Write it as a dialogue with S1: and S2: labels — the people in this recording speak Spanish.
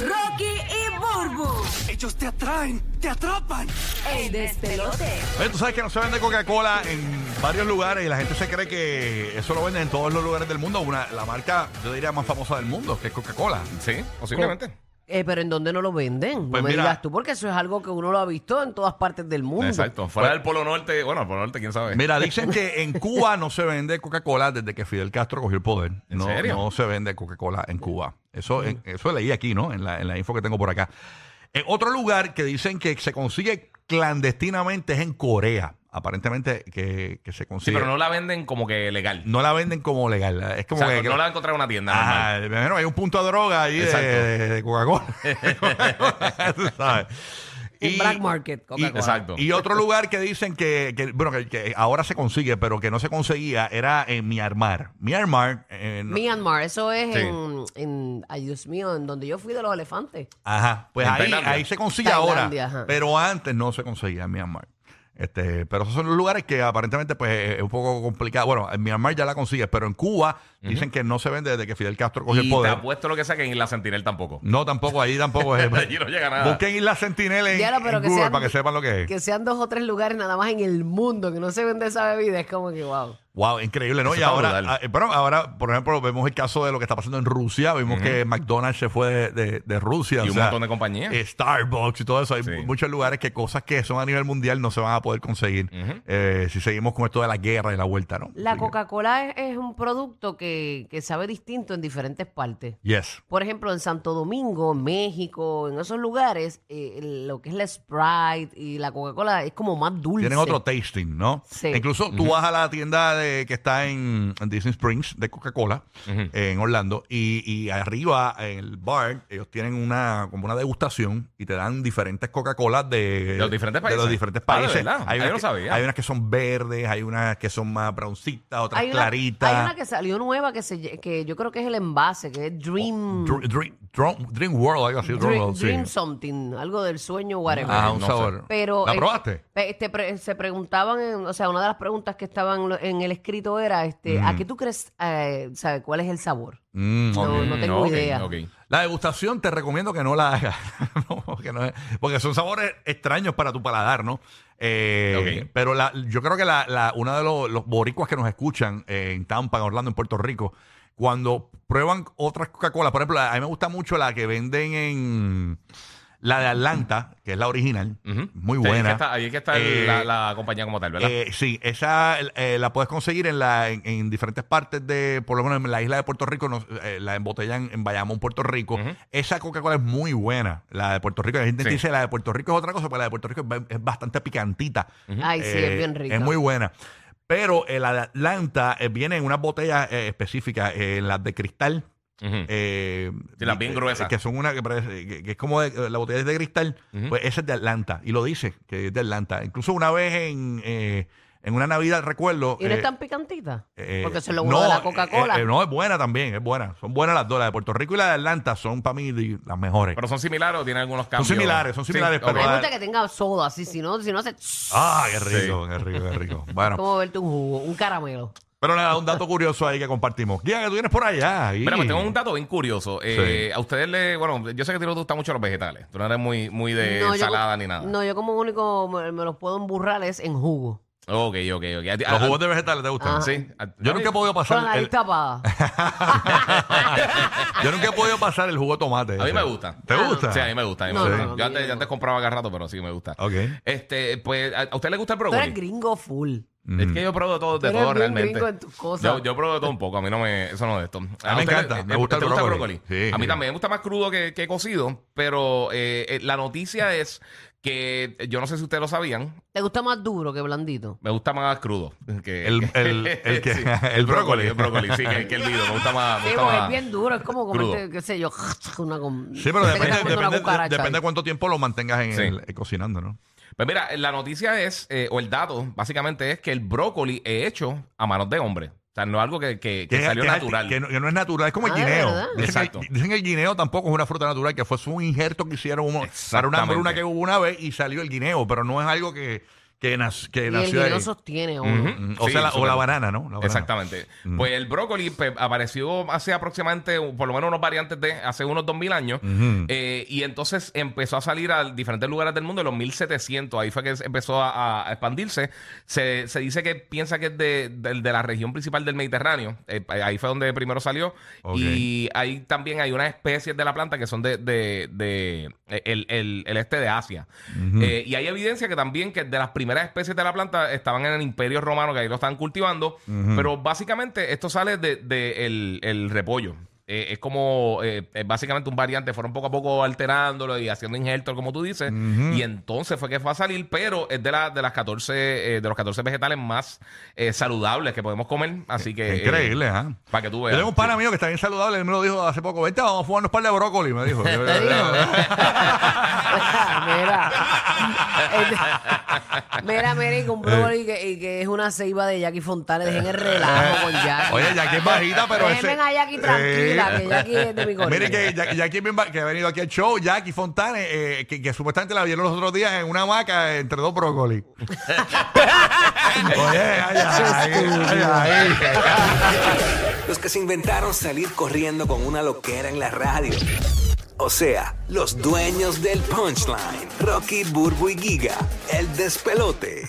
S1: Rocky y Burbu.
S2: Ellos te atraen, te atrapan.
S1: El despelote.
S3: Oye, tú sabes que no se vende Coca-Cola en varios lugares y la gente se cree que eso lo venden en todos los lugares del mundo. Una, la marca, yo diría, más famosa del mundo, que es Coca-Cola.
S4: Sí, posiblemente.
S5: Eh, pero ¿en dónde no lo venden?
S3: Pues
S5: Mm, no me
S3: mira-
S5: digas tú, porque eso es algo que uno lo ha visto en todas partes del mundo.
S4: Exacto. Fuera del Polo Norte, bueno, el Polo Norte, quién sabe.
S3: Pues, Mira, dicen que en Cuba no se vende Coca-Cola desde que Fidel Castro cogió el poder.
S4: ¿En
S3: no,
S4: serio? Mm.
S3: no se vende Coca-Cola en Cuba. Eso, en- eso leí aquí, ¿no? En la, en la info que tengo por acá. En otro lugar que dicen que se consigue clandestinamente es en Corea. Aparentemente que, que se
S4: sí,
S3: consigue.
S4: pero no la venden como que legal.
S3: no la venden como legal. Es
S4: o
S3: eh. como
S4: sea,
S3: que,
S4: no la van a encontrar en una tienda. normal.
S3: Ajá, bueno, hay un punto de droga ahí de,
S4: Exacto.
S3: de- de Coca-Cola. Tú sabes.
S5: En Black Market, Coca-Cola.
S4: Exacto.
S3: Y otro lugar que dicen que, que, bueno, que, que ahora se consigue, pero que no se conseguía, era en Myanmar. Myanmar. eh, no-
S5: Myanmar, eso es
S4: Sí.
S5: en, en, ay Dios mío, en donde yo fui de los elefantes.
S3: Ajá. Pues
S4: En
S3: ahí,
S4: Tailandia.
S3: ahí se consigue
S5: Tailandia,
S3: ahora.
S5: ajá.
S3: Pero antes no se conseguía en Myanmar. Este, pero esos son los lugares que aparentemente pues es un poco complicado. Bueno, en Myanmar ya la consigues, pero en Cuba dicen que no se vende desde que Fidel Castro cogió el
S4: y te
S3: poder.
S4: apuesto lo que sea que en la Sentinel tampoco.
S3: No, tampoco, ahí tampoco es.
S4: Allí no llega nada.
S3: Busquen Isla Sentinel en,
S5: Diablo, pero
S3: en
S5: que
S3: Google
S5: sean-
S3: para que sepan lo que es.
S5: Que sean dos o tres lugares nada más en el mundo que no se vende esa bebida, es como que wow.
S3: Wow, increíble, ¿no?
S4: Eso
S3: Y
S4: está
S3: ahora,
S4: brutal.
S3: ah, eh, bueno, ahora, por ejemplo, vemos el caso de lo que está pasando en Rusia. Vimos que McDonald's se fue de, de- de Rusia.
S4: Y
S3: o
S4: un
S3: sea,
S4: montón de compañías.
S3: eh, Starbucks y todo eso. Hay
S4: Sí.
S3: mu- muchos lugares que cosas que son a nivel mundial no se van a poder conseguir eh, si seguimos con esto de la guerra y la vuelta, ¿no?
S5: La
S3: Así que-
S5: Coca-Cola es, es un producto que, que sabe distinto en diferentes partes.
S3: Yes.
S5: Por ejemplo, en Santo Domingo, en México, en esos lugares, eh, lo que es la Sprite y la Coca-Cola es como más dulce.
S3: Tienen otro tasting, ¿no?
S5: Sí.
S3: Incluso tú vas a la tienda de, que está en, en Disney Springs de Coca-Cola, en Orlando, y, y arriba en el bar, ellos tienen una como una degustación y te dan diferentes Coca-Colas de,
S4: De los diferentes
S3: de los
S4: países.
S3: diferentes
S4: Ah, ¿de
S3: países.
S4: verdad? Ah, yo
S3: unas
S4: no
S3: que-
S4: sabía.
S3: hay unas que son verdes, hay unas que son más broncitas, otras
S5: hay una,
S3: claritas.
S5: hay una que salió nueva que, se, lle- que yo creo que es el envase, que es Dream.
S3: Dr- Dream, Drum- Dream World, algo así. Drum
S5: Dream,
S3: World, sí.
S5: Dream something, algo del sueño, whatever.
S3: Ah, un
S4: No sé.
S3: sabor.
S5: Pero,
S3: ¿La
S5: eh,
S3: probaste?
S5: pe- este, pre- se preguntaban, en- o sea, una de las preguntas que estaban lo- en el escrito era, este, ¿a qué tú crees, eh, sabe, cuál es el sabor?
S3: Mm,
S5: No,
S3: ok.
S5: no
S4: Mm,
S5: tengo
S4: ok,
S5: idea.
S4: ok.
S3: La degustación te recomiendo que no la hagas, No, porque, no es- porque son sabores extraños para tu paladar, ¿no? Eh,
S4: Ok.
S3: Pero la- yo creo que la, la- una de los, los boricuas que nos escuchan eh, en Tampa, en Orlando, en Puerto Rico, cuando prueban otras Coca-Cola, por ejemplo, a mí me gusta mucho la que venden en la de Atlanta, que es la original,
S4: Ujú.
S3: muy
S4: Sí,
S3: buena.
S4: Ahí es que está, ahí es que está el-
S3: Eh,
S4: la, la compañía como tal, ¿verdad?
S3: eh, sí, esa eh, la puedes conseguir en, la, en, en diferentes partes de, por lo menos en la isla de Puerto Rico, nos- eh, la embotellan en Bayamón, Puerto Rico. Esa Coca-Cola es muy buena, la de Puerto Rico. La gente
S4: Sí.
S3: dice la de Puerto Rico es otra cosa, pero la de Puerto Rico es, ba- es bastante picantita.
S5: Ay, sí,
S3: Eh,
S5: es bien rico.
S3: Es muy buena. Pero eh, la de Atlanta eh, viene en unas botellas eh, específicas, eh, en las de cristal.
S4: Ujú.
S3: Eh,
S4: Mm. Sí, las bien
S3: eh,
S4: gruesas.
S3: Que son una que, parece- que- que es como de- la botella es de cristal. Pues esa es de Atlanta. Y lo dice que es de Atlanta. Incluso una vez en, eh, en una Navidad, recuerdo.
S5: ¿Y no
S3: eh,
S5: es tan picantita?
S3: eh,
S5: Porque eso es lo bueno de la Coca-Cola.
S3: eh, eh, no, es buena también, es buena. Son buenas las dos. La de Puerto Rico y la de Atlanta son para mí de- las mejores.
S4: Pero son similares o tienen algunos
S3: son
S4: cambios.
S3: similares, son
S4: Sí,
S3: similares,
S4: ok.
S3: pero.
S5: Hay mucha que tenga soda, así, si no, si no hace...
S3: Ah, qué rico, qué rico, qué rico. Bueno,
S5: Como verte un jugo, un caramelo.
S3: pero nada, un dato curioso ahí que compartimos. Guía, que tú vienes por allá. ahí.
S4: Mira, pues tengo un dato bien curioso. Eh, A ustedes le, bueno, yo sé que a ti no te gustan mucho los vegetales. Tú no eres muy, muy
S3: Eh,
S4: de
S5: No, yo
S4: ensalada
S5: como-
S4: ni nada.
S5: No, yo como único me, me los puedo emburrar es en jugo.
S4: Ok, ok, ok. A ti-
S3: Los
S4: a-
S3: jugos de vegetales te gustan.
S4: a- sí. A-
S3: Yo nunca he podido
S5: Con la
S3: pasar.
S5: nariz
S3: el-
S5: tapada.
S3: Yo nunca he podido pasar el jugo de tomate.
S4: A mí
S3: ese.
S4: me gusta.
S3: ¿Te gusta?
S4: Sí, a mí me gusta. a mí me
S5: Ah, No,
S4: gusta.
S5: no, no,
S4: yo,
S5: a mí
S4: antes,
S5: no.
S4: yo antes compraba cada rato, pero sí me gusta.
S3: Ok.
S4: Este, pues, ¿a, a usted le gusta el
S5: Tú
S4: brócoli?
S5: eres gringo full.
S3: Mm.
S4: Es que yo pruebo de todo, de
S5: Tú eres
S4: todo
S5: bien
S4: realmente.
S5: gringo en tus cosas.
S4: Yo, yo pruebo de todo un poco, a mí no me. Eso no es esto.
S3: A mí me
S4: usted
S3: encanta,
S4: le-
S3: me
S4: eh,
S3: gusta
S4: ¿te
S3: el brócoli. Sí,
S4: a mí
S3: sí.
S4: también me gusta más crudo que, que cocido, pero eh, eh, la noticia es que eh, yo no sé si ustedes lo sabían,
S5: ¿Te gusta más duro que blandito?
S4: me gusta más crudo. Que,
S3: El- el- el que- el brócoli.
S4: El brócoli, sí, que, que el vivo. Me gusta más. Me
S5: Sí,
S4: gusta
S5: porque es
S4: más.
S5: bien duro, es como
S4: Crudo.
S5: comerte, qué sé yo, una com-
S3: Sí, pero
S5: te quedas
S3: depende,
S5: comiendo una
S3: depende,
S5: cucaracha
S3: depende
S5: ahí.
S3: cuánto tiempo lo mantengas en
S4: Sí.
S3: el, eh, cocinando, ¿no?
S4: Pues mira, la noticia es, eh, o el dato, básicamente es que el brócoli es hecho a manos de hombre. O sea, no es algo que, que- que
S3: es-
S4: salió
S3: es arti-
S4: natural.
S3: Que no, que no es natural, es como el
S5: Ah,
S3: guineo.
S5: ¿verdad?
S3: Dicen,
S4: Exacto.
S3: Que, dicen que el guineo tampoco es una fruta natural, que fue un injerto que hicieron uno- para una
S4: Exactamente.
S3: hambruna que hubo una vez y salió el guineo, pero no es algo que, que, nas-
S5: Y
S3: que
S5: el
S3: nació ahí.
S5: guineo sostiene uno.
S4: Ujú.
S3: Mm, O
S4: Sí,
S3: sea, la, o
S4: súper.
S3: la banana, ¿no? La banana.
S4: Exactamente.
S3: Mm.
S4: Pues el brócoli pues, apareció hace aproximadamente, por lo menos unos variantes de hace unos 2000 años.
S3: Ujú.
S4: Eh, y entonces empezó a salir a diferentes lugares del mundo en los 1700. Ahí fue que empezó a, a expandirse. Se, se dice que piensa que es de, del- de la región principal del Mediterráneo. Eh, ahí fue donde primero salió.
S3: Ok.
S4: Y ahí también hay unas especies de la planta que son de, de- de- eh, el, el- el este de Asia. Eh, y hay evidencia que también que de las primeras especies de la planta estaban en el Imperio Romano, que ahí lo estaban cultivando. Pero básicamente esto sale del de, el- el repollo. Eh, es como eh, es básicamente un variante, fueron poco a poco alterándolo y haciendo injertos, como tú dices, y entonces fue que fue a salir, pero es de, la, de las 14 eh, de los 14 vegetales más eh, saludables que podemos comer, así que
S3: Eh,
S4: eh,
S3: Increíble, ¿ah?
S4: para que tú
S3: Yo
S4: veas.
S3: tengo un pana mío que está bien saludable, él me lo dijo hace poco, vente, vamos a fumarnos un par de brócoli, me dijo. Yo-
S5: ¿Te digo? mira. mira, mira, y con
S3: Eh.
S5: brócoli que, y que es una ceiba de Jackie Fontana. Dejen el relajo con Jackie.
S3: Oye, Jackie es bajita, pero ese...
S5: Déjenme a Jackie tranquila,
S3: Eh,
S5: que Jackie es de mi colegio.
S3: Mire que Jack- Jackie es bien ba- que ha venido aquí al show, Jackie Fontane, eh, que, que supuestamente la vieron los otros días en una hamaca entre dos brócoli. Oye, ay, ay, ay, ay, ay.
S2: Los que se inventaron salir corriendo con una loquera en la radio. O sea, los dueños del punchline. Rocky, Burbu y Giga. El despelote.